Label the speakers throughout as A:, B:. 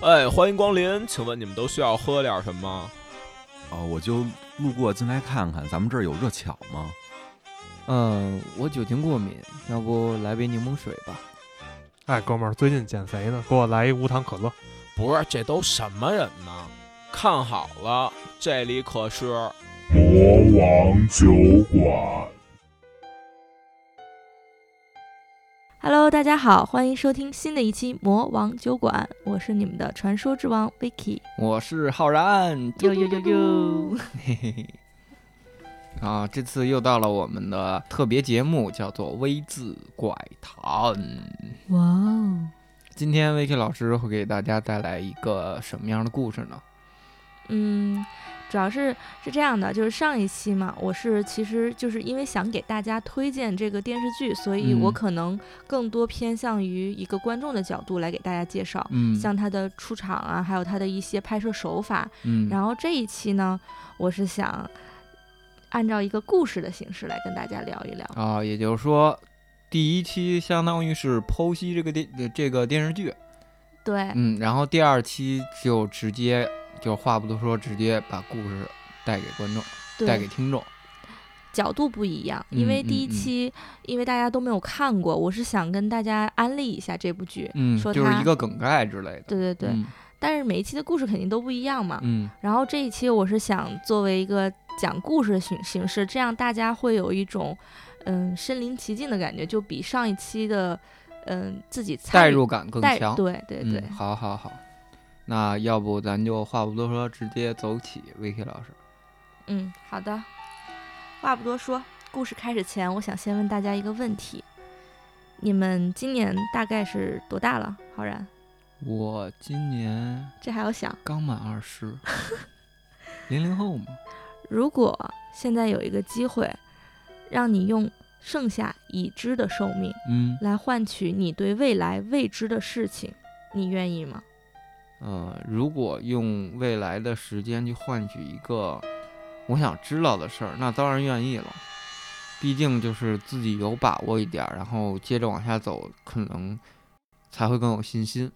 A: 哎，欢迎光临，请问你们都需要喝点什么？
B: 哦，我就路过进来看看，咱们这儿有热巧吗？
C: 嗯，我酒精过敏，要不来杯柠檬水吧？
D: 哎，哥们儿，最近减肥呢，给我来一无糖可乐。
A: 不是，这都什么人呢？看好了，这里可是……
E: 魔王酒馆。
F: Hello，大家好，欢迎收听新的一期《魔王酒馆》，我是你们的传说之王 Vicky。
C: 我是浩然，
F: 呦呦呦呦！
C: 嘿嘿嘿。 啊，这次又到了我们的特别节目，叫做《微字怪谈》。
F: 哇哦，
C: 今天 VK 老师会给大家带来一个什么样的故事呢？
F: 嗯，主要是是这样的，就是上一期嘛，我是其实就是因为想给大家推荐这个电视剧，所以
C: 嗯
F: 我可能更多偏向于一个观众的角度来给大家介绍，
C: 嗯
F: 像它的出场啊，还有它的一些拍摄手法。
C: 嗯，
F: 然后这一期呢，我是想按照一个故事的形式来跟大家聊一聊。
C: 啊，也就是说，第一期相当于是剖析这个电呃这个电视剧，
F: 对，
C: 嗯，然后第二期就直接就话不多说，直接把故事带给观众，
F: 对
C: 带给听众。
F: 角度不一样，
C: 嗯
F: 因为第一
C: 嗯嗯
F: 期、因为大家都没有看过，我是想跟大家安利一下这部剧。
C: 嗯，
F: 说
C: 就是
F: 他
C: 一个梗概之类的。
F: 对对对，
C: 嗯
F: 但是每一期的故事肯定都不一样嘛。
C: 嗯
F: 然后这一期我是想作为一个讲故事的形形式，这样大家会有一种嗯身临其境的感觉，就比上一期的嗯自己参与
C: 代入感更
F: 代
C: 强。
F: 对对对、
C: 嗯，好好好。那要不咱就话不多说，直接走起，Vicky 老师。
F: 嗯，好的。话不多说，故事开始前，我想先问大家一个问题：你们今年大概是多大了？浩然，
C: 我今年
F: 这还要想。
C: 刚满二 十，零零后嘛。
F: 如果现在有一个机会，让你用剩下已知的寿命
C: 嗯
F: 来换取你对未来未知的事情，你愿意吗？
C: 呃，如果用未来的时间去换取一个我想知道的事儿，那当然愿意了。毕竟就是自己有把握一点儿，然后接着往下走，可能才会更有信心。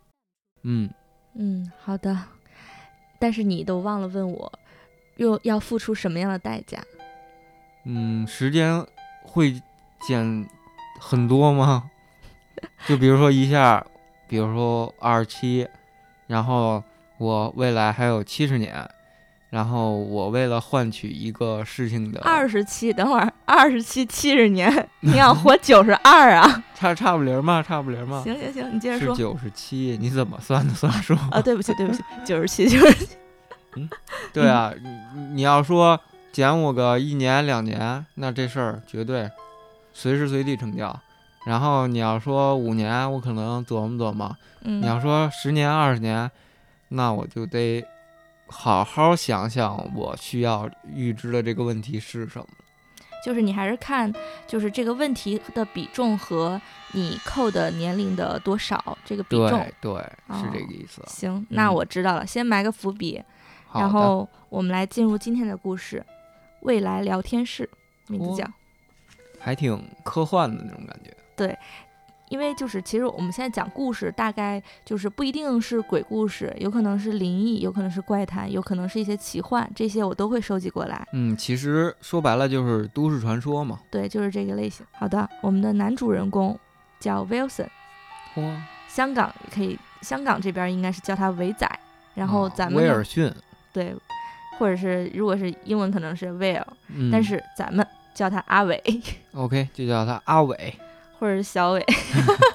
C: 嗯，
F: 嗯，好的。但是你都忘了问我，又要付出什么样的代价？
C: 嗯，时间会减很多吗？ 就比如说一下，比如说二十七，然后我未来还有七十年，然后我为了换取一个事情的
F: 二十七，等会儿二十七七十年， 你想活九十二啊？
C: 差差不离儿嘛，差不离儿嘛，
F: 行行行，你接着
C: 是
F: 说。
C: 九十七，你怎么算的 算数？
F: 啊，对不起对不起，九十七就是
C: 对啊，你你要说减我个一年两年，那这事儿绝对随时随地成交。然后你要说五年，我可能琢磨琢磨；
F: 嗯
C: 你要说十年二十年，那我就得好好想想我需要预知的这个问题是什么。
F: 就是你还是看，就是这个问题的比重和你扣的年龄的多少这个比重
C: 对。对，是这
F: 哦
C: 个意思。
F: 行，那
C: 嗯
F: 我知道了，先埋个伏笔，
C: 好
F: 然
C: 的
F: 后我们来进入今天的故事，《未来聊天室》，名字
C: 哦
F: 叫，
C: 还挺科幻的那种感觉。
F: 因为就是其实我们现在讲故事，大概就是不一定是鬼故事，有可能是灵异，有可能是怪谈，有可能是一些奇幻，这些我都会收集过来。
C: 嗯，其实说白了就是都市传说嘛。
F: 对，就是这个类型。好的，我们的男主人公叫 Wilson，
C: 哇，
F: 香港可以，香港这边应该是叫他伟仔，然后
C: 哦
F: 咱们
C: 威
F: 呢、
C: 尔逊，
F: 对，或者是如果是英文可能是 Will，、
C: 嗯，
F: 但是咱们叫他阿伟。
C: OK 就叫他阿伟。
F: 或者是小伟、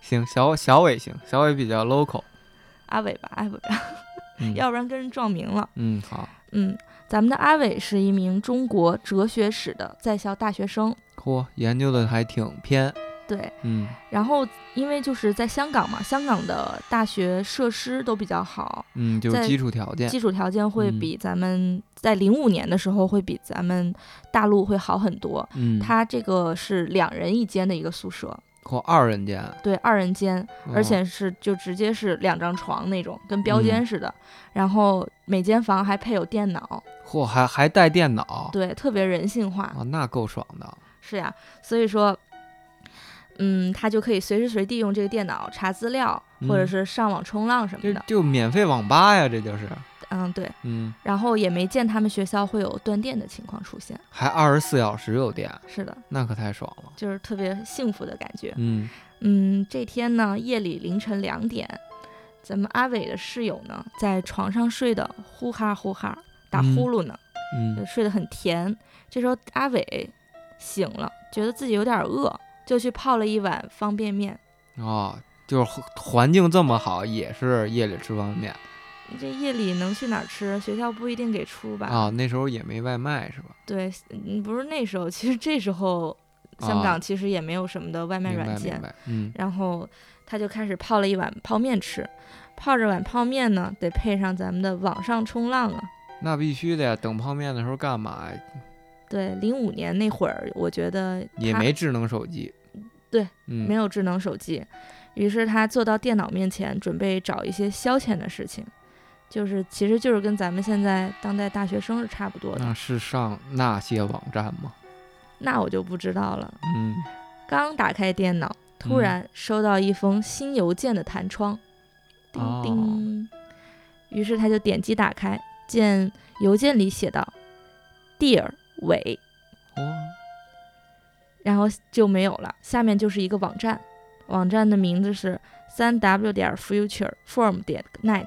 C: 行，小小伟行，小伟比较 local。
F: 阿伟吧，阿伟吧，
C: 嗯，
F: 要不然跟人撞名了。
C: 嗯好，
F: 嗯，咱们的阿伟是一名中国哲学史的在校大学生，
C: 嚯，研究的还挺偏。
F: 对。
C: 嗯
F: 然后因为就是在香港嘛，香港的大学设施都比较好，
C: 嗯，就是
F: 在
C: 基础条件。
F: 基础条件会
C: 嗯
F: 比咱们在零五年的时候会比咱们大陆会好很多。
C: 嗯，
F: 他这个是两人一间的一个宿舍，
C: 嚯二人间，
F: 对，二人间，而
C: 哦
F: 且是就直接是两张床那种，跟标
C: 嗯
F: 间似的。然后每间房还配有电脑，
C: 嗯嚯还还带电脑。
F: 对，特别人性化。
C: 哦，那够爽的。
F: 是呀，所以说，嗯，他就可以随时随地用这个电脑查资料，或者
C: 嗯
F: 是上网冲浪什么
C: 这
F: 的。
C: 就免费网吧呀，这就是，
F: 嗯，对。
C: 嗯，
F: 然后也没见他们学校会有断电的情况出现。
C: 还二十四小时有电，
F: 是的，
C: 那可太爽了，
F: 就是特别幸福的感觉。
C: 嗯
F: 嗯，这天呢，夜里凌晨两点，咱们阿伟的室友呢，在床上睡得呼哈呼哈打
C: 嗯
F: 呼噜呢，就
C: 嗯
F: 睡得很甜。这时候阿伟醒了，觉得自己有点饿，就去泡了一碗方便面。
C: 哦，就是环环境这么好，也是夜里吃方便面
F: 这夜里能去哪儿吃？学校不一定给出吧？
C: 啊、那时候也没外卖是吧？
F: 对，嗯不是那时候，其实这时候香
C: 啊
F: 港其实也没有什么的外卖
C: 明
F: 软
C: 白
F: 件
C: 明。白，嗯
F: 然后他就开始泡了一碗泡面吃，泡着碗泡面呢，得配上咱们的网上冲浪啊。
C: 那必须的呀，等泡面的时候干嘛呀？
F: 对，零五年那会儿，我觉得
C: 也
F: 他
C: 没智能手机，
F: 对，
C: 嗯，
F: 没有智能手机，于是他坐到电脑面前，准备找一些消遣的事情，就是其实就是跟咱们现在当代大学生是差不多的。
C: 那是上那些网站吗？
F: 那我就不知道了。
C: 嗯，
F: 刚打开电脑，
C: 嗯
F: 突然收到一封新邮件的弹窗，叮
C: 哦
F: 叮。于是他就点击打开，见邮件里写道：“Dear 伟
C: 哦，”，
F: 然后就没有了。下面就是一个网站，网站的名字是三 w 点 future form 点 net。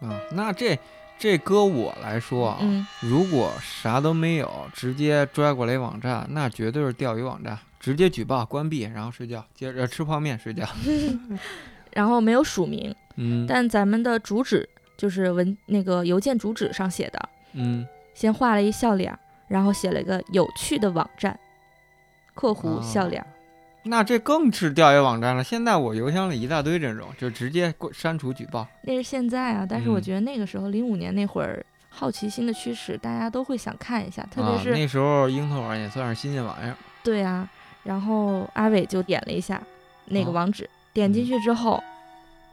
C: 啊，那这这搁我来说啊，
F: 嗯，
C: 如果啥都没有，直接拽过来网站，那绝对是钓鱼网站，直接举报关闭，然后睡觉，接着吃泡面睡觉。
F: 然后没有署名，
C: 嗯，
F: 但咱们的主旨就是文那个邮件主旨上写的，
C: 嗯，
F: 先画了一笑脸儿，然后写了一个有趣的网站（括弧
C: 哦
F: 笑脸儿
C: 那这更是钓鱼网站了。现在我邮箱里一大堆这种，就直接过删除举报。）。
F: 那是现在啊，但
C: 嗯
F: 是我觉得那个时候，零五年那会儿，好奇心的驱使，大家都会想看一下，特别
C: 啊，
F: 是、
C: 那时候樱桃网也算是新鲜玩意儿。
F: 对啊。然后阿伟就点了一下那个
C: 哦
F: 网址，点进去之后，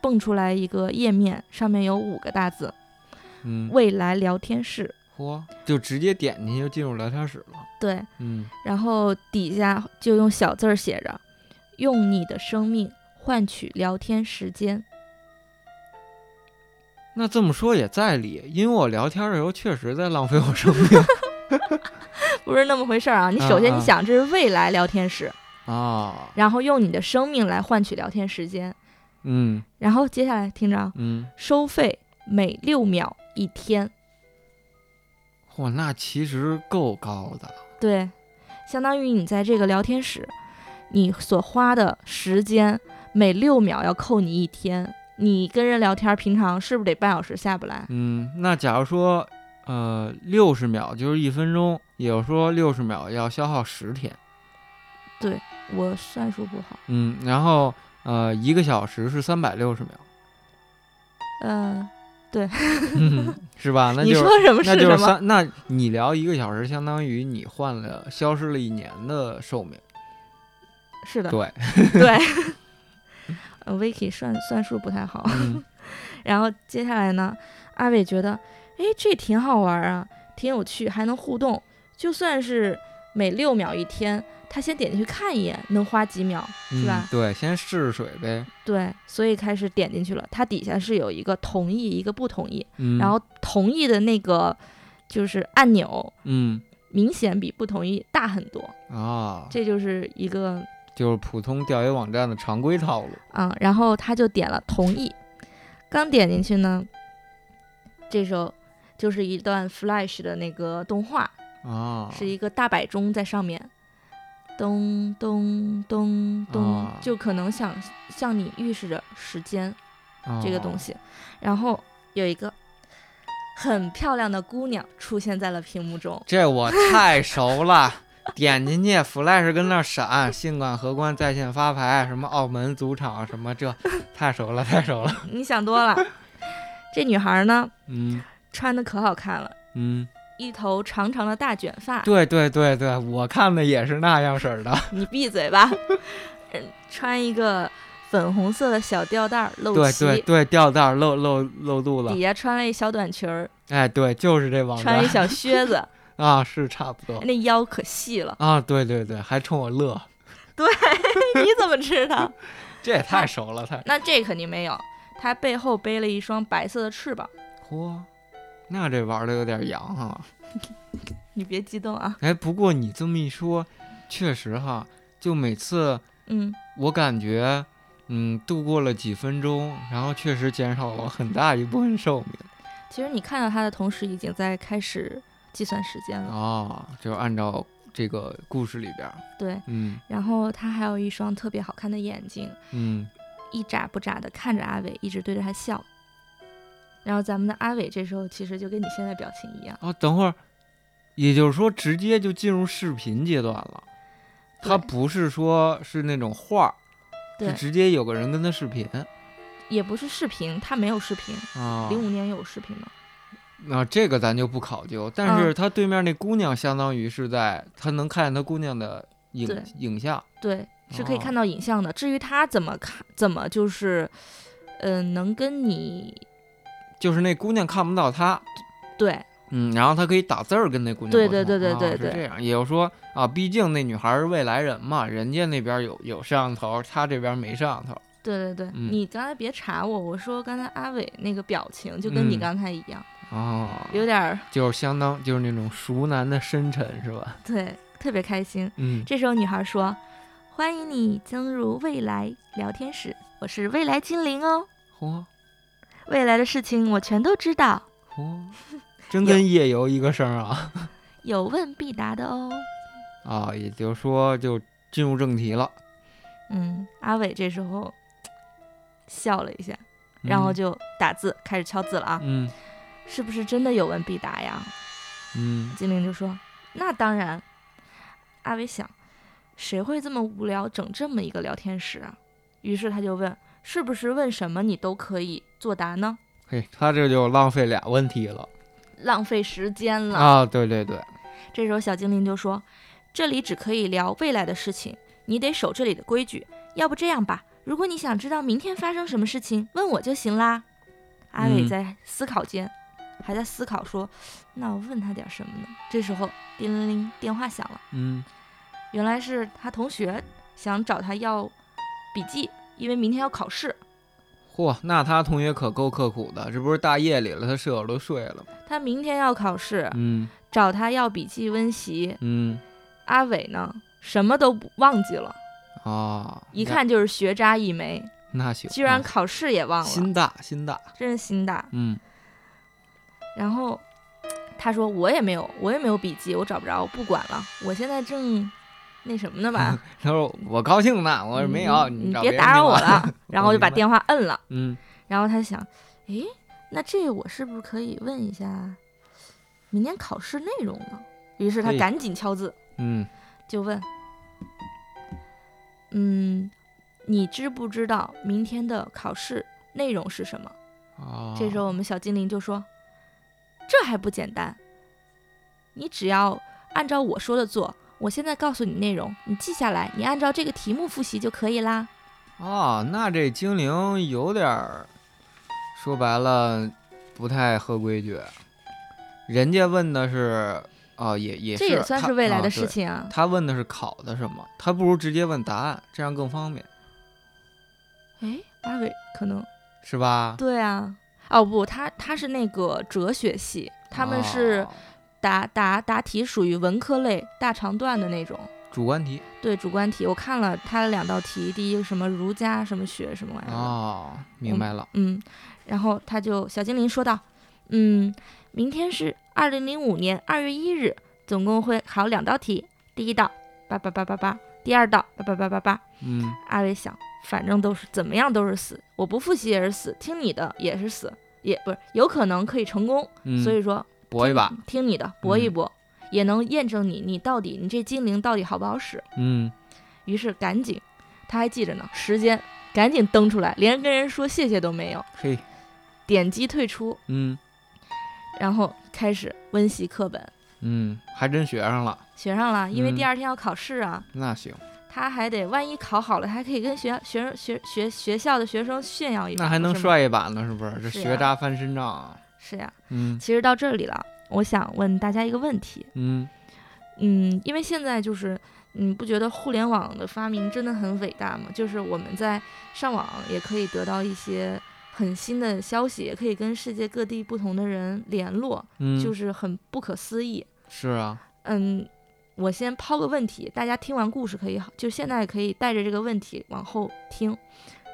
F: 蹦出来一个页面，上面有五个大字
C: 嗯，
F: “未来聊天室
C: 嚯，就直接点进去就进入聊天室了。”。
F: 对，
C: 嗯，
F: 然后底下就用小字儿写着：“用你的生命换取聊天时间。”
C: 那这么说也在理，因为我聊天的时候确实在浪费我生命
F: 不是那么回事儿啊！你
C: 啊
F: 首先
C: 啊
F: 你想，这是未来聊天室，
C: 啊。
F: 然后用你的生命来换取聊天时间，
C: 嗯
F: 然后接下来听着啊，
C: 嗯。
F: 收费每六秒一天，
C: 嚯，那其实够高的。
F: 对，相当于你在这个聊天室，你所花的时间每六秒要扣你一天。你跟人聊天，平常是不是得半小时下不来？
C: 嗯，那假如说，呃，六十秒就是一分钟，也就是说六十秒要消耗十天。
F: 我算术不好，
C: 嗯，然后呃，一个小时是三百六十秒，
F: 嗯、
C: 嗯， 是吧？呃那
F: 你
C: 就是
F: 说什么
C: 那
F: 是
C: 就是
F: 什么？
C: 三，那你聊一个小时，相当于你换了消失了一年的寿命。
F: 是的，
C: 对，
F: 对。呃，Vicky 算算术不太好。
C: 嗯
F: 然后接下来呢，阿伟觉得，哎，这挺好玩啊，挺有趣，还能互动。就算是每六秒一天，他先点进去看一眼，能花几秒， 是
C: 嗯
F: 吧？，
C: 对，先试试水呗。
F: 对，所以开始点进去了。它底下是有一个同意，一个不同意，
C: 嗯，
F: 然后同意的那个就是按钮，
C: 嗯
F: 明显比不同意大很多。
C: 啊，
F: 这就是一个
C: 就是普通钓鱼网站的常规套路。
F: 嗯，然后他就点了同意，刚点进去呢，这时候就是一段 Flash 的那个动画，
C: 啊，
F: 是一个大摆钟在上面，咚咚咚咚
C: 啊，
F: 就可能想向你预示着时间这个东
C: 西。
F: 西。然后有一个很漂亮的姑娘出现在了屏幕中，
C: 这我太熟了，点进去 Flash 跟那儿闪，信管荷官在线发牌，什么澳门赌场什么这，太熟了，太熟 了。
F: 你 想多了。这女孩呢，
C: 嗯
F: 穿的可好看了，
C: 嗯，
F: 一头长长的大卷发，
C: 对对对对，我看的也是那样式儿的。
F: 你闭嘴吧。 嗯，穿一个粉红色的小吊带儿露
C: 对
F: 脐，
C: 对对，吊带儿露露露肚子
F: 底，下穿了一小短裙儿，
C: 哎，对，就是这网
F: 穿
C: 站
F: 一嗯小 靴子，
C: 啊，是差不多
F: 那腰可细了。
C: 啊，对对对，还冲我乐，
F: 对，你怎么知道？
C: 这也太熟了，太
F: 那这肯定没有，它背后背了一双白色的翅膀。
C: 嚯，那这玩的有点洋哈、
F: 你别激动啊，
C: 哎，不过你这么一说，确实哈，就每次
F: 嗯，
C: 我感觉，嗯，度过了几分钟，然后确实减少了很大一部分寿命
F: 其实你看到它的同时，已经在开始计算时间了。
C: 哦，就是按照这个故事里边儿，
F: 对，
C: 嗯
F: 然后它还有一双特别好看的眼睛，
C: 嗯，
F: 一眨不眨的看着阿伟，一直对着他笑。然后咱们的阿伟这时候其实就跟你现在表情一样，
C: 哦，等会儿，也就是说直接就进入视频阶段了，它
F: 对
C: 不是说是那种画儿，是
F: 对，
C: 直接有个人跟他视频
F: 也不是视频，他没有视频。
C: 啊。
F: 零五年有视频吗？
C: 那这个咱就不考究，但是
F: 嗯
C: 他对面那姑娘相当于是在他能看见他姑娘的影
F: 对
C: 影像。
F: 对，是可以
C: 哦
F: 看到影像的。至于他怎么看，怎么就是，嗯、能跟你
C: 就是那姑娘看不到他，
F: 对
C: 嗯，然后他可以打字儿跟那姑娘
F: 对
C: 沟通
F: 对对对对
C: 啊
F: 对
C: 是这样，也就是说啊，毕竟那女孩是未来人嘛，人家那边有有摄像头，他这边没摄像头，
F: 对对对，
C: 嗯
F: 你刚才别查我，我说刚才阿伟那个表情就跟你
C: 嗯
F: 刚才一样，
C: 哦，
F: 有点儿
C: 就是相当就是那种熟男的深沉是吧？
F: 对，特别开心。
C: 嗯，
F: 这时候女孩说：“欢迎你进入未来聊天室，我是未来精灵哦，
C: 嚯
F: 未来的事情我全都知道，
C: 嚯，真跟夜游一个声儿啊
F: 有问必答的哦。”
C: 啊，也就是说就进入正题了，
F: 嗯，阿伟这时候笑了一下，然后
C: 嗯
F: 就打字、开始敲字了啊，
C: 嗯
F: 是不是真的有问必答呀？
C: 嗯
F: 精灵就说：“那当然。”阿伟想，谁会这么无聊整这么一个聊天室啊？于是他就问：“是不是问什么你都可以作答呢？
C: 嘿，他这就浪费俩问题了
F: 浪费时间了。
C: 啊，对对对，
F: 这时候小精灵就说：“这里只可以聊未来的事情，你得守这里的规矩。要不这样吧，如果你想知道明天发生什么事情，问我就行啦。”阿伟
C: 嗯
F: 在思考间，还在思考说：“那我问他点什么呢？”这时候叮铃铃，电话响了，
C: 嗯
F: 原来是他同学想找他要笔记，因为明天要考试。
C: 嚯，那他同学可够刻苦的，这不是大夜里了，他舍友都睡了吗？
F: 他明天要考试，
C: 嗯
F: 找他要笔记温习。
C: 嗯
F: 阿伟呢，什么都不忘记了，
C: 啊，
F: 一
C: 那
F: 看就是学渣一枚。
C: 那行，
F: 居然
C: 那
F: 考试也忘了，
C: 心大心大，
F: 真是心大。
C: 嗯，
F: 然后他说我也没有，我也没有笔记，我找不着，我不管了，我现在正那什么呢吧
C: 他说我高兴呢， 我说没有，
F: 嗯你
C: 找
F: 别
C: 人
F: 打扰
C: 听
F: 我
C: 吧，
F: 了。然后我就把
C: 明白
F: 电话摁了。
C: 嗯
F: 然后他想，诶，那这我是不是可以问一下明天考试内容呢？于是他
C: 可以
F: 赶紧敲字，
C: 嗯
F: 就问，嗯，你知不知道明天的考试内容是什么？
C: 啊，
F: 这时候我们小精灵就说：“这还不简单，你只要按照我说的做，我现在告诉你内容，你记下来，你按照这个题目复习就可以啦。
C: 哦，那这精灵有点儿，说白了不太合规矩，人家问的是哦，也也
F: 这也算
C: 他
F: 是未来
C: 啊
F: 的事
C: 对
F: 情啊。
C: 他问的是考的什么，他不如直接问答案，这样更方便，
F: 哎，阿伟可
C: 啊
F: 能
C: 是吧？
F: 对啊，哦不，他他是那个哲学系，他们是
C: 哦
F: 答答答题属于文科类大长段的那种。
C: 主观题
F: 对主观题，我看了他的两道题，第一个什么儒家什么学什么玩意儿的，
C: 哦，明白了，
F: 嗯，然后他就小精灵说道：“嗯，明天是二零零五年二月一日，总共会考两道题，第一道八八八八八，第二道八八八八八。
C: 嗯”
F: 阿伟想，反正都是怎么样都是死，我不复习也是死，听你的也是死，也不是有可能可以成功，
C: 嗯，
F: 所以说
C: 搏一把，
F: 听你的搏一
C: 嗯
F: 搏，也能验证你你到底你这精灵到底好不好使。
C: 嗯，
F: 于是赶紧，他还记着呢，时间赶紧登出来，连跟人说谢谢都没有，
C: 嘿，
F: 点击退出。
C: 嗯
F: 然后开始温习课本，
C: 嗯，还真学上了，
F: 学上了，因为第
C: 嗯
F: 二天要考试啊，
C: 那行，
F: 他还得万一考好了，还可以跟学学生学学学校的学生炫耀一番，
C: 那还能
F: 不是吗？
C: 帅一把呢，是不是？这
F: 是
C: 学
F: 呀
C: 渣翻身仗啊，
F: 是呀，
C: 嗯
F: 其实到这里了，我想问大家一个问题，
C: 嗯
F: 嗯，因为现在就是你不觉得互联网的发明真的很伟大吗？就是我们在上网也可以得到一些很新的消息，也可以跟世界各地不同的人联络，
C: 嗯，
F: 就是很不可思议。
C: 是啊，
F: 嗯，我先抛个问题，大家听完故事可以，就现在可以带着这个问题往后听，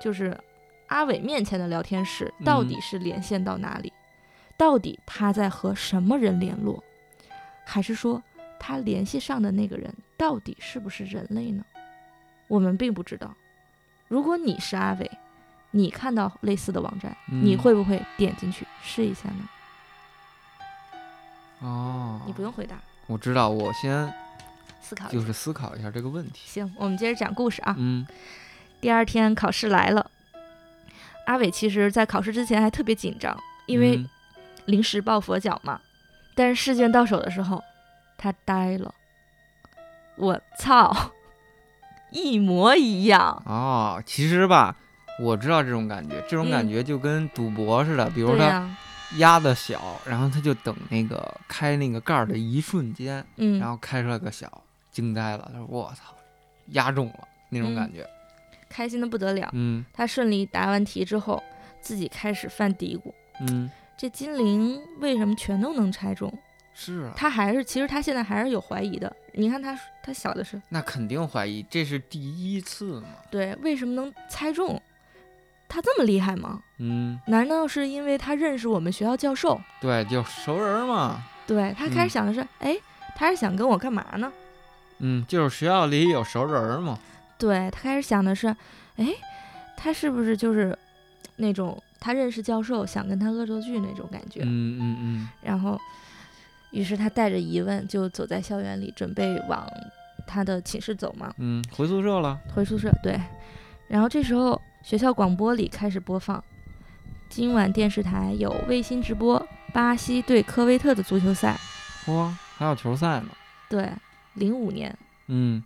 F: 就是阿伟面前的聊天室到底
C: 嗯
F: 是连线到哪里？到底他在和什么人联络？还是说他联系上的那个人到底是不是人类呢？我们并不知道。如果你是阿伟，你看到类似的网站，你
C: 嗯
F: 会不会点进去试一下呢？
C: 哦，
F: 你不用回答，
C: 我知道，我先
F: 思考一下。
C: 就是思考一下这个问题。
F: 行，我们接着讲故事啊。
C: 嗯
F: 第二天考试来了，阿伟其实在考试之前还特别紧张，因为
C: 嗯
F: 临时抱佛脚嘛。但是试卷到手的时候，他呆了。我操， 一模一样。
C: 哦，其实吧，我知道这种感觉，这种感
F: 嗯
C: 觉就跟赌博似的，比如说
F: 对啊呀、
C: 压的小，然后他就等那个开那个盖儿的一瞬间，然
F: 嗯，
C: 后开出来个小，惊呆了，他说我操，压中了那
F: 嗯
C: 种感觉，
F: 开心的不得了。
C: 嗯
F: 他顺利答完题之后，自己开始犯嘀咕：
C: 嗯，
F: 这金铃为什么全都能猜中？
C: 是啊，
F: 他还是其实他现在还是有怀疑的。你看他他小的时候。
C: 那肯定怀疑这是第一次嘛，
F: 对，为什么能猜中？他这么厉害吗？
C: 嗯，
F: 难道是因为他认识我们学校教授？
C: 对，就熟人嘛，
F: 对他
C: 嗯
F: 开始想的是，哎、他是想跟我干嘛呢？
C: 嗯，就是学校里有熟人嘛，
F: 对他开始想的是，哎，他是不是就是那种他认识教授，想跟他恶作剧那种感觉？
C: 嗯嗯嗯，
F: 然后，于是他带着疑问就走在校园里，准备往他的寝室走嘛。
C: 嗯，回宿舍了，
F: 回宿舍，对。然后这时候学校广播里开始播放，今晚电视台有卫星直播巴西对科威特的足球赛，
C: 哇，还有球赛呢，
F: 对，零五年，
C: 嗯，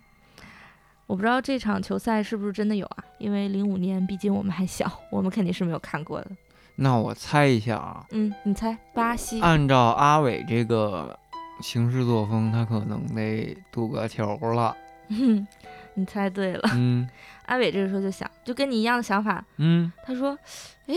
F: 我不知道这场球赛是不是真的有啊？因为零五年毕竟我们还小，我们肯定是没有看过的。
C: 那我猜一下啊，
F: 嗯，你猜巴西？
C: 按照阿伟这个行事作风，他可能得赌个球了，
F: 哼，你猜对了。
C: 嗯
F: 阿伟这个时候就想，就跟你一样的想法，
C: 嗯
F: 他说：“诶，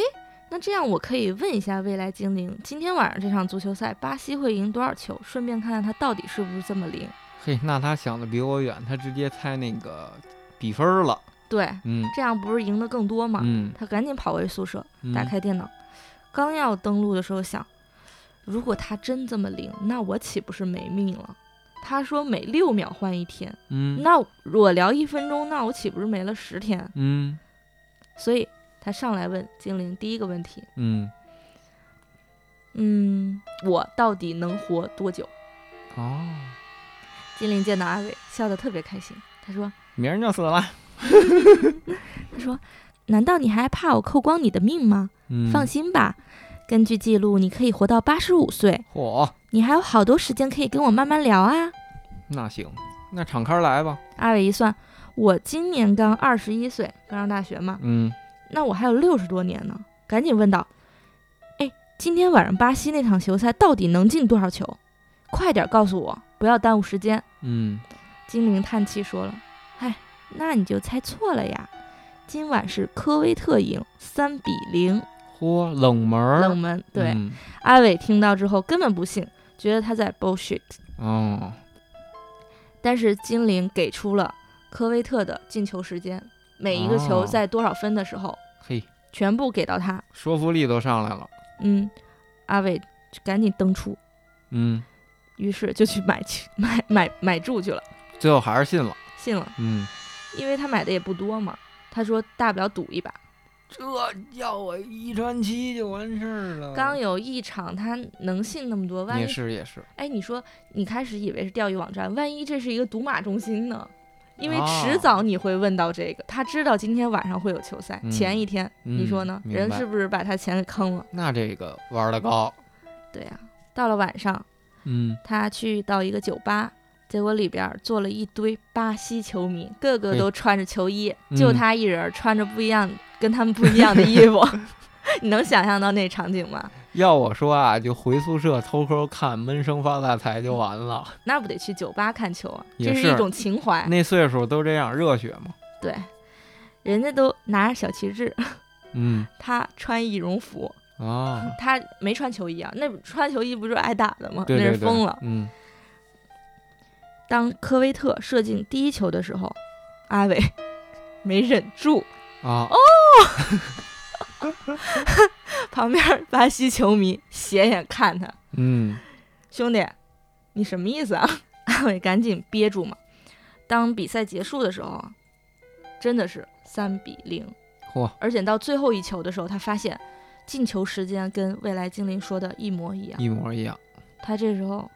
F: 那这样我可以问一下未来精灵，今天晚上这场足球赛，巴西会赢多少球？顺便看看他到底是不是这么灵。
C: 嘿，那他想的比我远，他直接猜那个比分儿了。
F: 对，
C: 嗯
F: 这样不是赢得更多吗？
C: 嗯，
F: 他赶紧跑回宿舍，
C: 嗯
F: 打开电脑，刚要登录的时候想，如果他真这么灵，那我岂不是没命了？他说每六秒换一天，
C: 嗯
F: 那我聊一分钟，那我岂不是没了十天？
C: 嗯
F: 所以他上来问精灵第一个问题，
C: 嗯
F: 嗯，我到底能活多久？
C: 哦，
F: 精灵见到阿伟，笑得特别开心。他说
C: 明儿就死了。：“
F: 他说，难道你还怕我扣光你的命吗？
C: 嗯，
F: 放心吧，根据记录，你可以活到八十五岁，
C: 嚯，
F: 你还有好多时间可以跟我慢慢聊啊。
C: 那行，那敞开来吧。
F: 阿伟一算，我今年刚二十一岁，刚上大学嘛，
C: 嗯
F: 那我还有六十多年呢。赶紧问道：“哎，今天晚上巴西那场球赛到底能进多少球？快点告诉我，不要耽误时间。
C: 嗯，”
F: 精灵叹气说了：“哎，那你就猜错了呀，今晚是科威特赢三比零，
C: 嚯，冷门儿。
F: 冷门。”对，
C: 嗯
F: 阿伟听到之后根本不信，觉得他在 bullshit。
C: 哦，
F: 但是精灵给出了科威特的进球时间，每一个球
C: 哦
F: 在多少分的时候，
C: 嘿，
F: 全部给到他。
C: 说服力都上来了。
F: 嗯，阿伟就赶紧登出，
C: 嗯，
F: 于是就去买去 买买买住去了，
C: 最后还是信了。
F: 信了，
C: 嗯，
F: 因为他买的也不多嘛。他说大不了赌一把，
C: 这要我一传七就完事儿了
F: 刚有一场他能信那么多，万
C: 嗯也
F: 一
C: 是也是，
F: 哎，你说你开始以为是钓鱼网站，万一这是一个赌马中心呢？因为
C: 哦
F: 迟早你会问到这个，他知道今天晚上会有球赛，
C: 嗯
F: 前一天你说呢？
C: 嗯明
F: 人
C: 白
F: 是不是把他钱给坑了？
C: 那这个玩的高。
F: 对呀、到了晚上，
C: 嗯，
F: 他去到一个酒吧，结果里边儿坐了一堆巴西球迷，个个
C: 嘿
F: 都穿着球衣，
C: 嗯
F: 就 他一人儿穿着不一样、跟他们不一样的衣服。你能想象到那场景吗？
C: 要我说啊，就回宿舍偷抠看《闷声发大财》就完了。
F: 那不得去酒吧看球啊？
C: 也
F: 这
C: 是
F: 一种情怀。
C: 那岁数都这样，热血嘛。
F: 对，人家都拿着小旗帜，
C: 嗯
F: 他穿羽绒服，
C: 啊，
F: 他没穿球衣啊，那穿球衣不就是挨打的吗？
C: 对对对，
F: 那是疯了。
C: 嗯，
F: 当科威特射进第一球的时候，阿伟 没忍住，
C: 啊，
F: 哦旁边巴西球迷斜眼看他，
C: 嗯
F: 兄弟，你什么意思啊？ 阿伟赶紧憋住嘛。当比赛结束的时候啊，真的是三比零，
C: 嚯，
F: 而且到最后一球的时候，他发现进球时间跟未来精灵说的一模一样。
C: 一模一样。
F: 他这时候，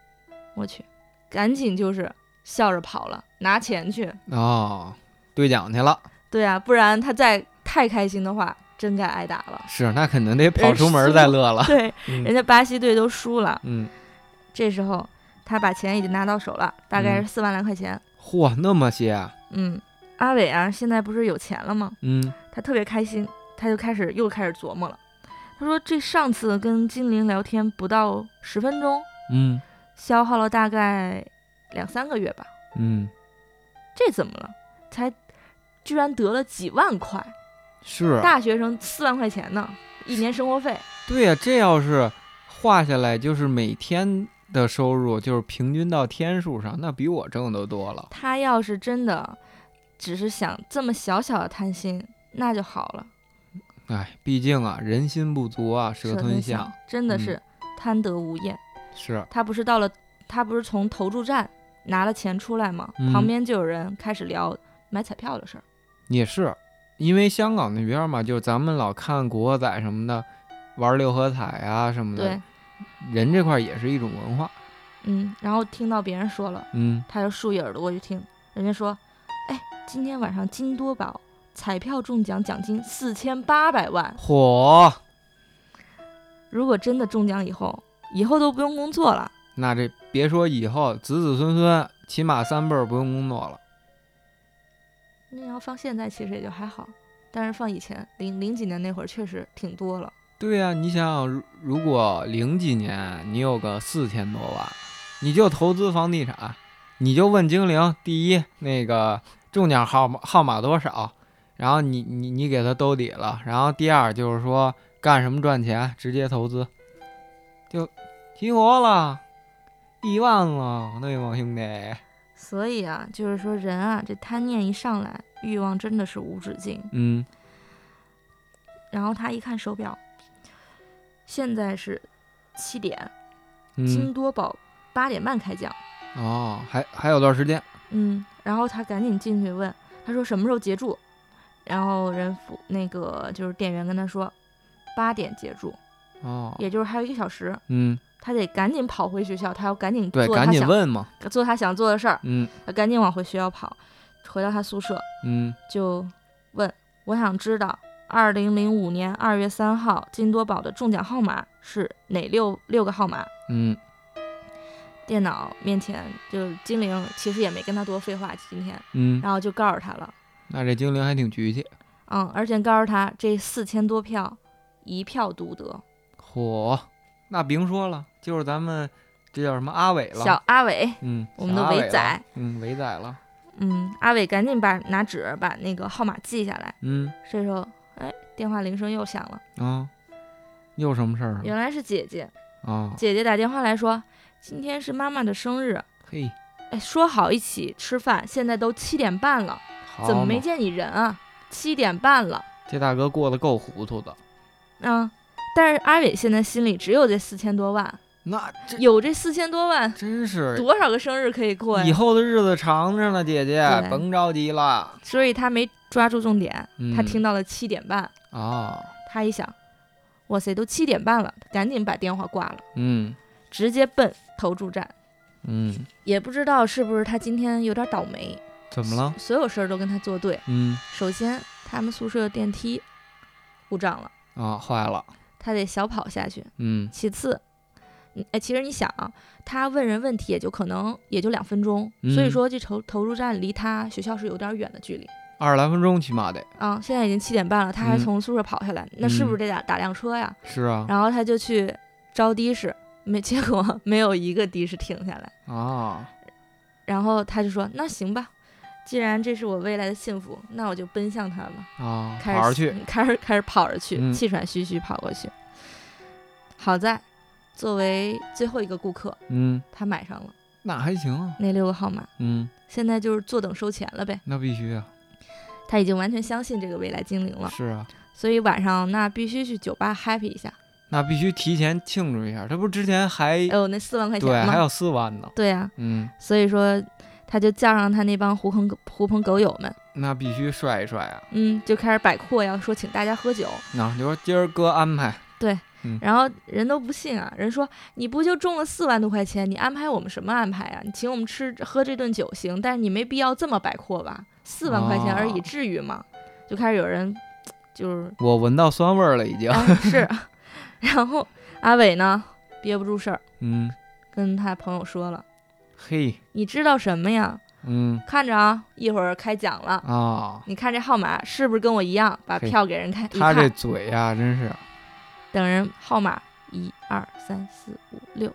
F: 我去，赶紧就是笑着跑了，拿钱去。
C: 哦，兑奖去了，。
F: 对啊，不然他再太开心的话，真该挨打了
C: 是那肯定得跑出门再乐了。
F: 对，人
C: 嗯
F: 家巴西队都输了，
C: 嗯，
F: 这时候他把钱已经拿到手了，大概是四万来块钱。
C: 嚯，那么些啊，
F: 嗯，阿伟啊，现在不是有钱了吗？
C: 嗯
F: 他特别开心，他就开始又开始琢磨了。他说：“这上次跟精灵聊天不到十分钟，
C: 嗯
F: 消耗了大概两三个月吧，
C: 嗯，
F: 这怎么了？才居然得了几万块，
C: 是，啊
F: 大学生四万块钱呢，一年生活费。
C: 对呀、这要是画下来，就是每天的收入，就是平均到天数上，那比我挣的都多了。
F: 他要是真的只是想这么小小的贪心，那就好了。
C: 哎，毕竟啊，人心不足啊，蛇吞
F: 象
C: 象。
F: 真的
C: 嗯
F: 是贪得无厌。
C: 是，
F: 他不是到了，他不是从投注站拿了钱出来吗？
C: 嗯
F: 旁边就有人开始聊买彩票的事儿。
C: 也是，因为香港那边嘛，就咱们老看古惑仔什么的，玩六合彩啊什么的
F: 对，，
C: 人这块儿也是一种文化。
F: 嗯，然后听到别人说了，
C: 嗯，
F: 他就竖一耳朵过去听，人家说，哎，今天晚上金多宝彩票中奖奖金四千八百万，
C: 火，
F: 如果真的中奖以后，以后都不用工作了。
C: 那这别说以后子子孙孙，起码三辈儿不用工作了。
F: 那要放现在其实也就还好，但是放以前零零几年那会儿确实挺多了。
C: 对呀、你想想，如如果零几年你有个四千多万，你就投资房地产，你就问精灵，第一那个中奖号码号码多少，然后你你你给他兜底了，然后第二就是说干什么赚钱，直接投资，就齐活了，亿万了，对吗，兄弟？
F: 所以啊，就是说人啊，这贪念一上来，欲望真的是无止境。
C: 嗯，
F: 然后他一看手表，现在是七点，
C: 嗯
F: 金多宝八点半开奖。
C: 哦，还还有段时间，
F: 嗯，然后他赶紧进去问，他说什么时候结住？然后人服那个就是店员跟他说，八点结住，
C: 哦，
F: 也就是还有一个小时，
C: 嗯，
F: 他得赶紧跑回学校，他要赶紧
C: 对，
F: 做
C: 赶
F: 他
C: 紧
F: 想
C: 问嘛，
F: 做他想做的事儿，
C: 嗯
F: 他赶紧往回学校跑，回到他宿舍
C: 嗯，
F: 就问，我想知道二零零五年二月三号金多宝的中奖号码是哪六六个号码？
C: 嗯，
F: 电脑面前就精灵其实也没跟他多废话，今天，
C: 嗯，
F: 然后就告诉他了。
C: 那这精灵还挺局气。
F: 嗯，而且告诉他这四千多票一票独得，
C: 嚯，那甭说了，就是咱们这叫什么阿伟了，
F: 小阿伟。
C: 嗯，
F: 我们
C: 小
F: 的
C: 阿
F: 伟
C: 了
F: 仔，
C: 嗯，伟仔了，
F: 嗯，阿伟赶紧把拿纸把那个号码记下来。
C: 嗯
F: 这时候，哎，电话铃声又响了，
C: 啊，又什么事儿了
F: 原来是姐姐。
C: 啊？
F: 姐姐打电话来说，今天是妈妈的生日，
C: 嘿，
F: 哎，说好一起吃饭，现在都七点半了，
C: 好
F: 怎么没
C: 嘛
F: 见你人啊？七点半了，
C: 这大哥过得够糊涂的，
F: 嗯。但是阿伟现在心里只有这四千多万，
C: 那这
F: 有这四千多万，
C: 真是
F: 多少个生日可以过
C: 以
F: 呀？
C: 后的日子长着呢，姐姐
F: 对
C: 甭着急了。
F: 所以他没抓住重点，
C: 嗯、
F: 他听到了七点半，
C: 啊，
F: 他一想，哇塞，都七点半了，赶紧把电话挂了，
C: 嗯
F: 直接奔投注站。
C: 嗯，
F: 也不知道是不是他今天有点倒霉，
C: 怎么了？
F: 所有事儿都跟他作对。
C: 嗯
F: 首先，他们宿舍的电梯故障了，
C: 啊，坏了，
F: 他得小跑下去。
C: 嗯
F: 其次，嗯哎，其实你想啊，他问人问题也就可能也就两分钟，
C: 嗯
F: 所以说这投投入站离他学校是有点远的距离
C: 二十来分钟起码得
F: 啊。现在已经七点半了，他还
C: 嗯
F: 从宿舍跑下来，那是不是得打打辆车呀？
C: 是啊，
F: 然后他就去招的士，没 结果没有一个的士停下来。
C: 哦，
F: 然后他就说：“那行吧，既然这是我未来的幸福，那我就奔向它吧。
C: 啊，”
F: 开
C: 跑
F: 始
C: 着去，
F: 开始开始跑着去，
C: 嗯
F: 气喘吁吁跑过去。好在作为最后一个顾客，
C: 嗯，
F: 他买上了
C: 那还行啊，
F: 那六个号码，
C: 嗯，
F: 现在就是坐等收钱了呗。
C: 那必须啊，
F: 他已经完全相信这个未来精灵了，
C: 是啊，
F: 所以晚上那必须去酒吧 happy 一下。
C: 那必须提前庆祝一下，他不是之前还
F: 哎呦，那四万块钱
C: 对还
F: 吗？
C: 有四万呢，
F: 对呀、
C: 嗯，
F: 所以说他就叫上他那帮狐朋狗狐朋狗友们，
C: 那必须帅一帅啊，
F: 嗯，就开始摆阔呀，说请大家喝酒。
C: 那就说今儿哥安排，嗯
F: 然后人都不信啊，人说你不就中了四万多块钱，你安排我们什么安排啊？你请我们吃喝这顿酒行，但是你没必要这么摆阔吧？四万块钱而已，
C: 哦
F: 至于吗？就开始有人就是
C: 我闻到酸味儿了已经，
F: 哎是，然后阿伟呢憋不住事儿，
C: 嗯，
F: 跟他朋友说了，
C: 嘿，
F: 你知道什么呀？
C: 嗯
F: 看着啊，一会儿开奖了。
C: 啊，
F: 你看这号码是不是跟我一样，把
C: 嘿
F: 票给人看一
C: 他这
F: 看，
C: 嘴呀，真是，
F: 等人号码一二三四五六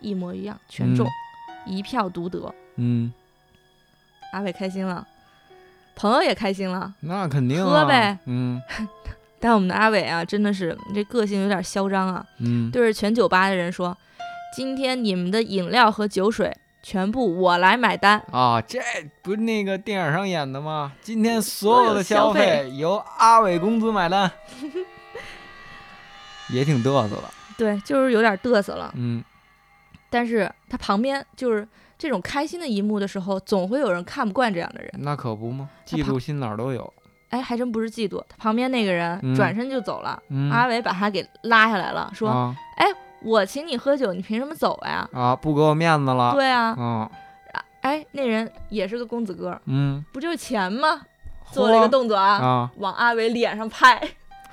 F: 一模一样，全中，一票独得。
C: 嗯，
F: 阿伟开心了，朋友也开心了。
C: 那肯定
F: 喝
C: 啊，
F: 呗
C: 嗯
F: 但我们的阿伟啊，真的是这个性有点嚣张啊，
C: 嗯，
F: 对着全酒吧的人说：“今天你们的饮料和酒水全部我来买单。
C: 啊，这不是那个电影上演的吗？今天所有的消
F: 所有消
C: 费由阿伟公子买单， 也挺嘚瑟的。”
F: 对，就是有点嘚瑟了。
C: 嗯，
F: 但是他旁边就是这种开心的一幕的时候，总会有人看不惯这样的人。
C: 那可不吗？
F: 他
C: 嫉
F: 旁
C: 妒心哪儿都有。
F: 哎，还真不是嫉妒，他旁边那个人
C: 嗯
F: 转身就走了。
C: 嗯，
F: 阿伟把他给拉下来了，说：“
C: 啊
F: 我请你喝酒，你凭什么走呀、
C: 啊，不给我面子了。
F: 对啊，
C: 啊，
F: 哎，那人也是个公子哥，
C: 嗯，
F: 不就是钱吗？做了一个动作啊，
C: 啊，
F: 往阿伟脸上拍，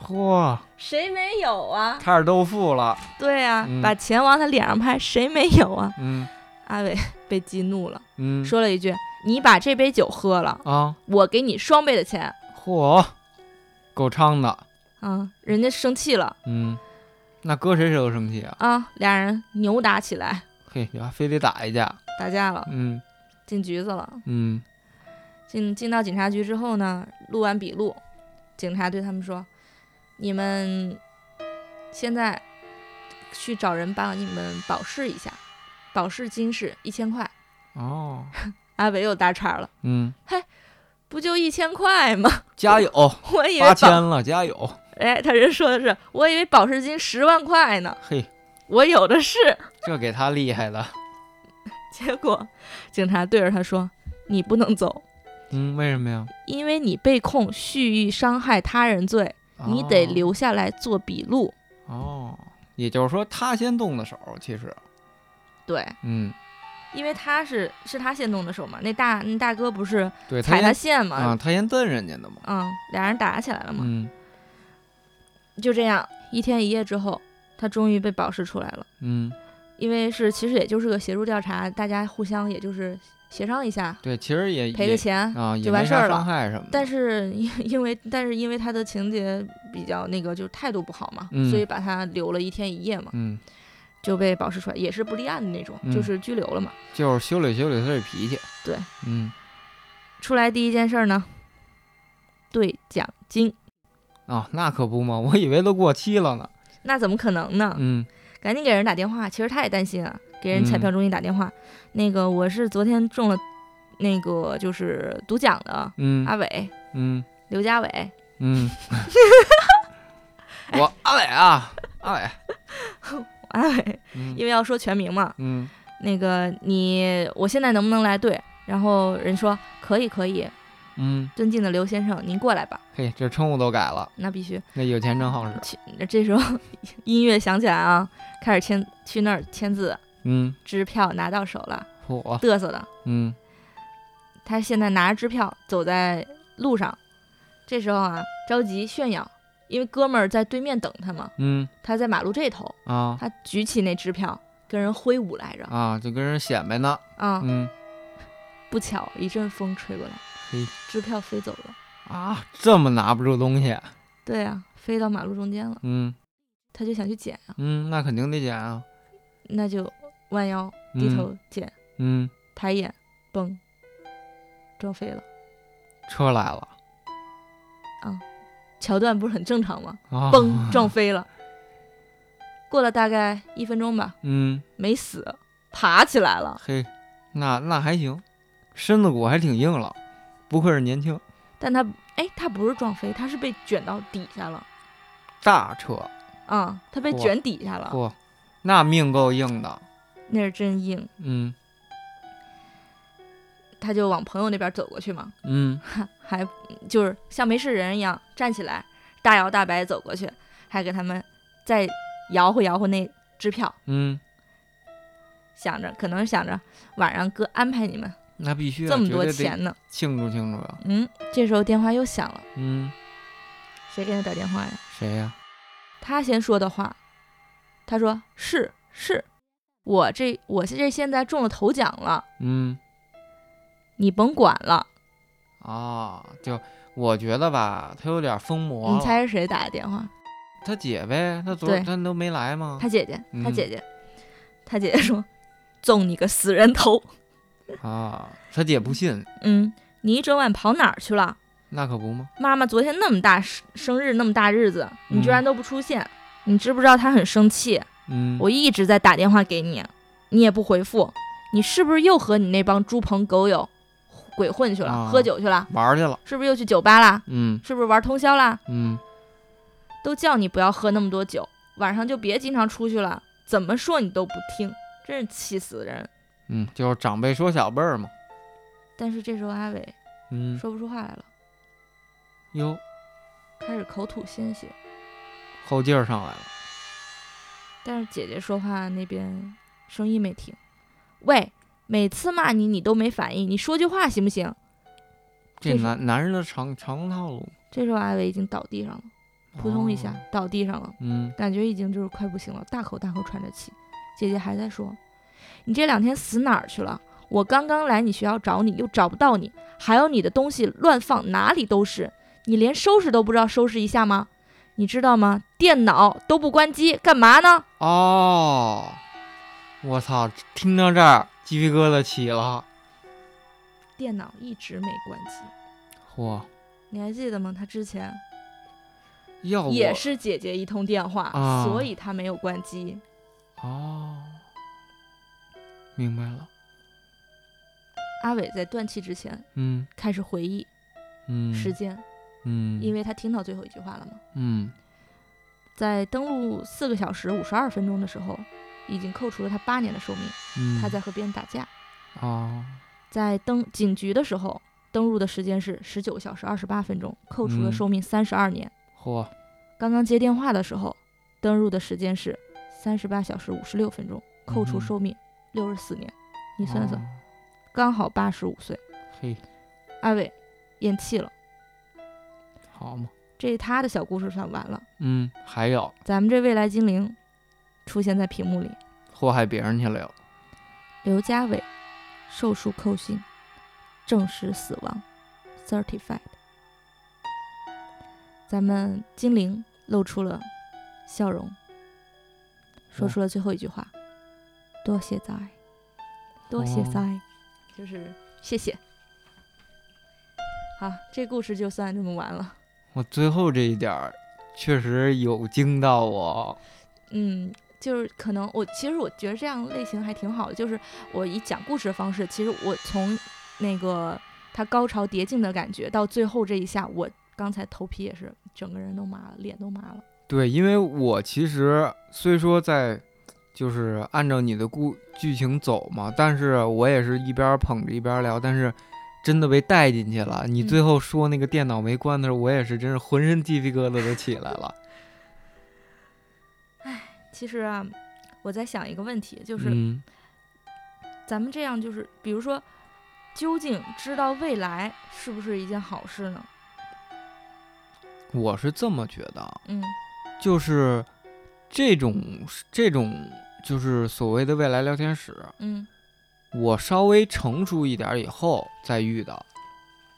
C: 嚯，
F: 谁没有啊？
C: 开始豆腐了。
F: 对啊，
C: 嗯
F: 把钱往他脸上拍，谁没有啊？
C: 嗯
F: 阿伟 被激怒了，
C: 嗯，
F: 说了一句：“你把这杯酒喝了，
C: 啊，
F: 我给你双倍的钱。
C: 嚯，够猖的。”
F: 啊，人家生气了
C: 嗯，那搁谁谁都生气啊。
F: 啊，俩人扭打起来，
C: 嘿，你还非得打一架。
F: 打架了，
C: 嗯
F: 进局子了。
C: 嗯，
F: 进进到警察局之后呢，录完笔录，警察对他们说：“你们现在去找人帮你们保释一下，保释金是一千块。啊
C: 哦，”
F: 阿伟又搭茬了
C: 嗯，：“
F: 不就一千块吗？
C: 加油，
F: 我以为
C: 八千
F: 保……
C: 了，加油。
F: 哎，他人说的是，我以为保释金十万块呢，
C: 嘿，
F: 我有的是。
C: 这给他厉害了。
F: 结果警察对着他说：‘你不能走，
C: 嗯，为什么呀？
F: 因为你被控蓄意伤害他人罪，你得留下来做笔录。
C: 哦哦。哦也就是说，他先动的手，其实，
F: 对。
C: 嗯，
F: 因为他是是他先动的手嘛，那大那大哥不是
C: 对，他
F: 踩他
C: 先
F: 线嘛，
C: 啊，他先瞪人家的嘛。
F: 嗯，俩人打起来了嘛，
C: 嗯
F: 就这样一天一夜之后，他终于被保释出来了，
C: 嗯，
F: 因为是其实也就是个协助调查，大家互相也就是协商一下，
C: 对，其实也
F: 赔
C: 也
F: 个钱，
C: 啊，也
F: 就完
C: 没
F: 事
C: 啥
F: 儿了
C: 伤害什么的。
F: 但是因 因为但是因为他的情节比较那个，就是态度不好嘛，
C: 嗯
F: 所以把他留了一天一夜嘛，
C: 嗯，
F: 就被保释出来，也是不立案的那种，
C: 嗯
F: 就是拘留了嘛。
C: 就是修理修理他这脾气。
F: 对，
C: 嗯
F: 出来第一件事儿呢，兑奖金，
C: 啊，那可不嘛，我以为都过期了呢。
F: 那怎么可能呢？
C: 嗯
F: 赶紧给人打电话。其实他也担心啊，给人彩
C: 嗯
F: 票中心打电话，那个我是昨天中了，那个就是赌奖的
C: 嗯
F: 阿伟，
C: 嗯
F: 刘家伟，
C: 嗯，我阿伟啊，阿伟，
F: 阿伟，因
C: 嗯
F: 为要说全名嘛，
C: 嗯
F: 那个你我现在能不能来兑？然后人说可以可以，
C: 嗯，
F: 尊敬的刘先生，您过来吧。
C: 嘿，这称呼都改了，
F: 那必须。
C: 那有钱真好使。
F: 去这时候 音乐响起来啊，开始签去那儿签字，
C: 嗯，
F: 支票拿到手了，
C: 火，
F: 嘚瑟的。
C: 嗯
F: 他现在拿着支票走在路上，这时候啊着急炫耀，因为哥们儿在对面等他嘛，
C: 嗯
F: 他在马路这头，
C: 啊
F: 他举起那支票跟人挥舞来着，
C: 啊，就跟人显摆呢。
F: 啊、
C: 嗯
F: 不巧一阵风吹过来
C: 嘿，
F: 支票飞走了，
C: 啊啊，这么拿不住东西。
F: 对啊，飞到马路中间了。
C: 嗯
F: 他就想去捡啊，
C: 嗯，那肯定得捡啊，
F: 那就弯腰低
C: 嗯
F: 头捡，
C: 嗯，
F: 抬眼嘣，撞飞了。
C: 车来了，
F: 桥段不是很正常吗？
C: 啊，
F: 嘣，撞飞了。过了大概一分钟吧，
C: 嗯，
F: 没死，爬起来了。
C: 嘿，那那还行，身子骨还挺硬朗，不愧是年轻
F: 但他哎，他不是撞飞，他是被卷到底下了。
C: 大车，
F: 啊、他被
C: 哇
F: 卷底下了，
C: 嚯，那命够硬的，
F: 那是真硬。
C: 嗯
F: 他就往朋友那边走过去嘛，
C: 嗯
F: 还就是像没事人一样站起来，大摇大摆走过去，还给他们再摇晃摇晃那支票，
C: 嗯，
F: 想着可能是想着晚上哥安排你们
C: 那必须啊
F: 这么
C: 绝
F: 多，
C: 对得
F: 钱呢。
C: 庆祝庆祝啊，
F: 嗯，这时候电话又响了，
C: 嗯，
F: 谁给他打电话呀？
C: 谁呀、
F: 他先说的话，他说是是，我这我这现在中了头奖了，
C: 嗯
F: 你甭管了。
C: 啊，就我觉得吧，他有点疯魔了，
F: 你猜是谁打的电话？
C: 啊他姐呗，他昨
F: 对
C: 他都没来吗？
F: 他姐姐，他
C: 嗯
F: 姐姐，他姐姐说：“中你个死人头！
C: 啊，他姐不信，
F: 嗯，你一整晚跑哪儿去了？
C: 那可不吗？
F: 妈妈昨天那么大生生日那么大日子，你
C: 嗯
F: 居然都不出现，你知不知道她很生气？
C: 嗯，
F: 我一直在打电话给你，你也不回复，你是不是又和你那帮猪朋狗友鬼混去了，
C: 啊
F: 喝酒去了？
C: 玩儿去了，
F: 是不是又去酒吧啦？
C: 嗯
F: 是不是玩通宵啦？
C: 嗯
F: 都叫你不要喝那么多酒，晚上就别经常出去了。怎么说你都不听，真是气死人。”
C: 嗯，就是长辈说小辈儿嘛，
F: 但是这时候阿伟
C: 嗯
F: 说不出话来了，
C: 哟，
F: 开始口吐鲜血。
C: 后劲儿上来了，
F: 但是姐姐说话那边声音没停，喂，每次骂你你都没反应，你说句话行不行？
C: 这
F: 这是
C: 男男人的常常套路，
F: 这时候阿伟已经倒地上了，扑通一下、
C: 哦
F: 倒地上了，
C: 嗯
F: 感觉已经就是快不行了，大口大口喘着气。姐姐还在说，你这两天死哪儿去了？我刚刚来你学校找你，又找不到你，还有你的东西乱放，哪里都是，你连收拾都不知道收拾一下吗？你知道吗？电脑都不关机，干嘛呢？
C: 哦，我操，听到这儿鸡皮疙瘩起了，
F: 电脑一直没关机。
C: 嚯，
F: 你还记得吗？他之前
C: 要哦我
F: 也是姐姐一通电话，
C: 啊
F: 所以他没有关机。
C: 哦，明白了，
F: 阿伟在断气之前
C: 嗯
F: 开始回忆
C: 嗯，
F: 时间，
C: 嗯，
F: 因为他听到最后一句话了嘛。
C: 嗯
F: 在登录四个小时五十二分钟的时候，已经扣除了他八年的寿命。
C: 嗯，
F: 他在和别人打架，
C: 哦，
F: 在登警局的时候。登录的时间是十九小时二十八分钟，扣除了
C: 嗯
F: 寿命三十二年。
C: 嚯，
F: 刚刚接电话的时候，登入的时间是三十八小时五十六分钟，扣
C: 嗯
F: 除
C: 哼哦
F: 寿命六十四年，你
C: 你
F: 算算，刚好八十五岁。
C: 嘿，
F: 阿伟咽气了，
C: 好嘛，
F: 这他的小故事算完了。
C: 嗯，还有
F: 咱们这未来精灵出现在屏幕里，
C: 祸害别人去了又，
F: 刘家伟手术扣心，证实死亡，certified。咱们精灵露出了笑容，说出了最后一句话：“多谢在，多谢在，就是谢谢。”好，这故事就算这么完了。
C: 我最后这一点儿确实有惊到我，
F: 嗯，就是可能我其实我觉得这样类型还挺好的，就是我以讲故事的方式，其实我从那个它高潮迭进的感觉到最后这一下，我刚才头皮也是整个人都麻了，脸都麻了。
C: 对，因为我其实虽说在。就是按照你的故剧情走嘛，但是我也是一边儿捧着一边儿聊，但是真的被带进去了。你
F: 嗯
C: 最后说那个电脑没关的时候，我也是真是浑身鸡皮疙瘩都起来了。
F: 其实啊，我在想一个问题，就是
C: 嗯
F: 咱们这样，就是比如说，究竟知道未来是不是一件好事呢？
C: 嗯我是这么觉得，啊，
F: 嗯
C: 就是这种这种就是所谓的未来聊天室，
F: 嗯
C: 我稍微成熟一点儿以后再遇到，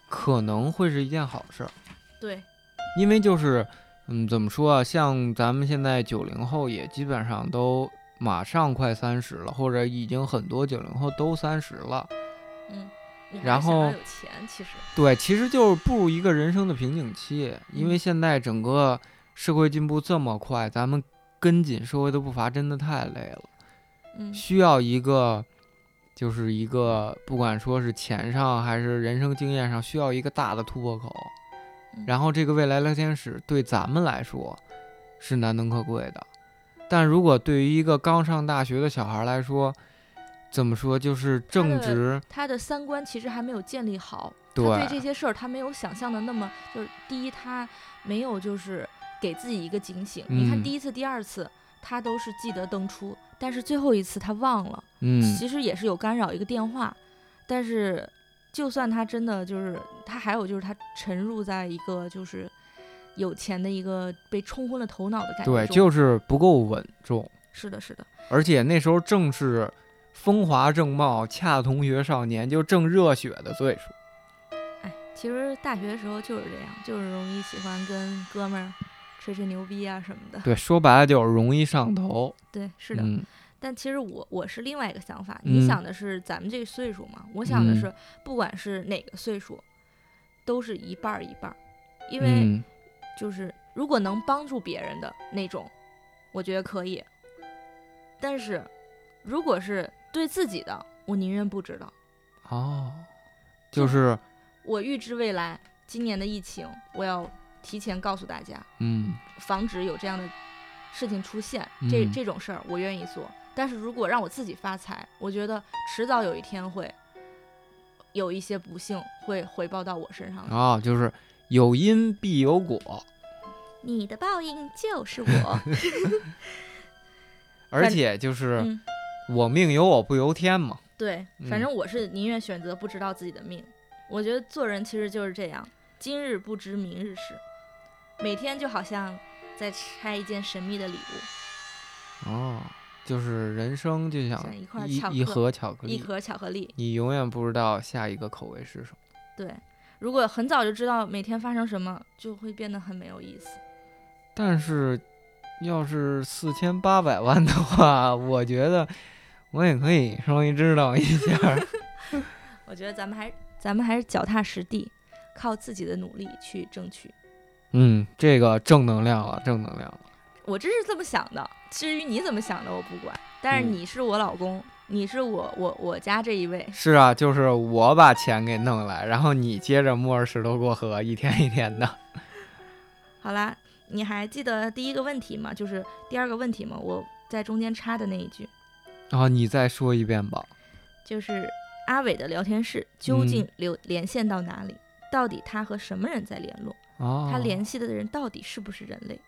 C: 可能会是一件好事儿，
F: 对，
C: 因为就是嗯，怎么说啊？像咱们现在九零后也基本上都马上快三十了，或者已经很多九零后都三十了。
F: 嗯，你还是
C: 然
F: 想要
C: 后
F: 有钱，其实
C: 对，其实就是步入一个人生的瓶颈期，因为
F: 嗯
C: 现在整个社会进步这么快，咱们跟紧社会的步伐真的太累了。
F: 嗯
C: 需要一个，就是一个，不管说是钱上还是人生经验上，需要一个大的突破口。
F: 嗯
C: 然后这个未来聊天室对咱们来说是难能可贵的，但如果对于一个刚上大学的小孩来说，怎么说就是正直，
F: 他的三观其实还没有建立好，他对这
C: 对
F: 些事儿他没有想象的那么，就是第一他没有就是给自己一个警醒。你看
C: 嗯
F: 第一次、第二次他都是记得登出，但是最后一次他忘了，
C: 嗯，
F: 其实也是有干扰一个电话，但是就算他真的就是他还有就是他沉入在一个就是有钱的一个被冲昏了头脑的感觉
C: 对，
F: 中
C: 就是不够稳重，
F: 是的是的，
C: 而且那时候正是风华正茂、恰同学少年，就正热血的岁数。
F: 哎，其实大学的时候就是这样，就是容易喜欢跟哥们儿吹吹牛逼啊什么的。
C: 对，说白了就是容易上头。
F: 对，是的。
C: 嗯
F: 但其实我我是另外一个想法，
C: 嗯
F: 你想的是咱们这个岁数嘛？我想的
C: 嗯
F: 是，不管是哪个岁数，都是一半儿一半儿，因为
C: 嗯
F: 就是如果能帮助别人的那种，我觉得可以。但是如果是对自己的，我宁愿不知道。
C: 哦，
F: 就
C: 就是
F: 我预知未来，今年的疫情，我要提前告诉大家，
C: 嗯
F: 防止有这样的事情出现，这
C: 嗯
F: 这种事儿我愿意做。但是如果让我自己发财，我觉得迟早有一天会有一些不幸会回报到我身上的。
C: 哦，就是有因必有果，
F: 你的报应就 是我。
C: 而
F: 反
C: 且就是嗯
F: 嗯，
C: 我命由我不由天嘛。
F: 对，反正我是宁愿选择不知道自己的命。我觉得做人其实就是这样，今日不知明日事，每天就好像在拆一件神秘的礼物，
C: 哦，就是人生就像
F: 像一块
C: 一
F: 巧
C: 一
F: 克
C: 盒巧克
F: 一
C: 力，
F: 盒巧克力。
C: 你永远不知道下一个口味是什么。
F: 对，如果很早就知道每天发生什么，就会变得很没有意思。
C: 但是要是四千八百万的话，我觉得我也可以稍微知道一下儿。
F: 我觉得咱们还咱们还是脚踏实地，靠自己的努力去争取。
C: 嗯，这个正能量了，正能量了。
F: 我这是这么想的，至于你怎么想的我不管，但是
C: 嗯
F: 你是我老公，你是我我我家这一位，
C: 是啊，就是我把钱给弄来，然后你接着摸着石头过河，一天一天 的。
F: 好啦，你还记得第一个问题吗？就是第二个问题吗？我在中间插的那一句，
C: 然后哦你再说一遍吧。
F: 就是阿伟的聊天室究
C: 嗯
F: 竟流连线到哪里？到底他和什么人在联络？
C: 哦，
F: 他联系的人到底是不是人类？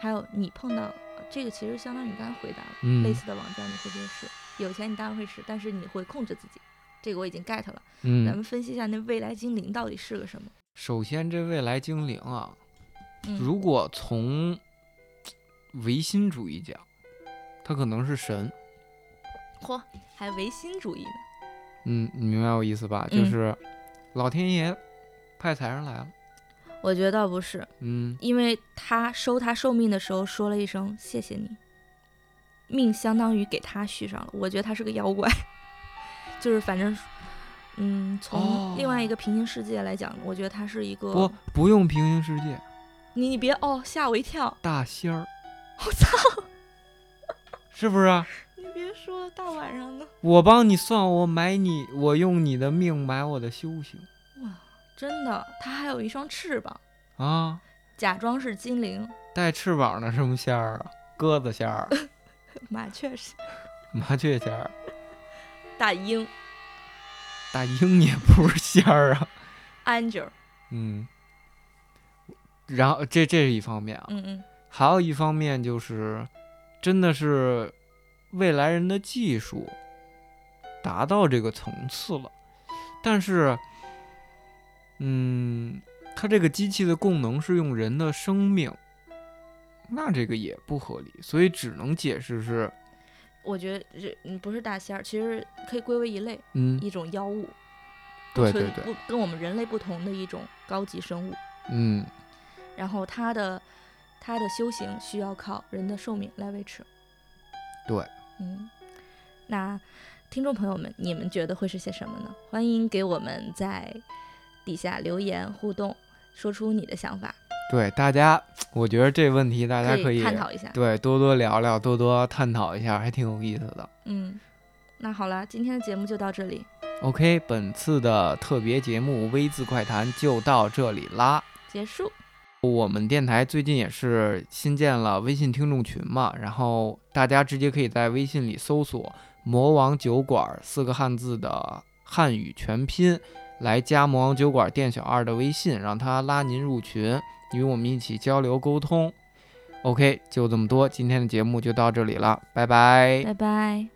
F: 还有你碰到这个，其实相当于你刚才回答了、
C: 嗯
F: 类似的网站，你会不会试？有钱你当然会试，但是你会控制自己。这个我已经 get 了。咱
C: 嗯，
F: 们分析一下那未来精灵到底是个什么？
C: 首先这未来精灵啊，
F: 嗯
C: 如果从唯心主义讲，他可能是神。
F: 嚯，还唯心主义呢？
C: 嗯，你明白我意思吧？就
F: 嗯
C: 是老天爷派财神来了。
F: 我觉得倒不是，
C: 嗯，
F: 因为他收他寿命的时候说了一声“谢谢你”，命相当于给他续上了。我觉得他是个妖怪， 就是反正，嗯，
C: 哦
F: 从另外一个平行世界来讲，我觉得他是一个
C: 不，不用平行世界，
F: 你你别哦，吓我一跳！
C: 大仙儿
F: 我操，
C: 是不是啊？
F: 你别说，大晚上的，
C: 我帮你算，我买你，我用你的命买我的修行
F: 真的，它还有一双翅膀，
C: 啊！
F: 假装是精灵、
C: 带翅膀的什么仙儿啊？鸽子仙儿、
F: 麻雀是
C: 麻雀仙儿、
F: 大鹰、
C: 大鹰也不是仙儿啊。
F: angel，
C: 嗯，然后这这是一方面啊，
F: 嗯嗯，
C: 还有一方面就是，真的是未来人的技术达到这个层次了，但是，嗯，它这个机器的功能是用人的生命，那这个也不合理，所以只能解释是，
F: 我觉得这嗯不是大仙儿，其实可以归为一类，
C: 嗯，
F: 一种妖物，
C: 对
F: 所以
C: 对对，
F: 不跟我们人类不同的一种高级生物。
C: 嗯
F: 然后它的他的修行需要靠人的寿命来维持。
C: 对，
F: 嗯，那听众朋友们，你们觉得会是些什么呢？欢迎给我们在底下留言互动，说出你的想法，
C: 对大家，我觉得这问题大家可以
F: 探讨一下。
C: 对多多聊聊，多多探讨一下，还挺有意思的。
F: 嗯，那好了，今天的节目就到这里，
C: OK，本次的特别节目《V 字快谈》就到这里啦。
F: 结束。
C: 我们电台最近也是新建了微信听众群嘛，然后大家直接可以在微信里搜索“魔王酒馆”四个汉字的汉语全拼，来加魔王酒馆店小二的微信，让他拉您入群，与我们一起交流沟通。OK，就这么多，今天的节目就到这里了，拜拜
F: 拜拜。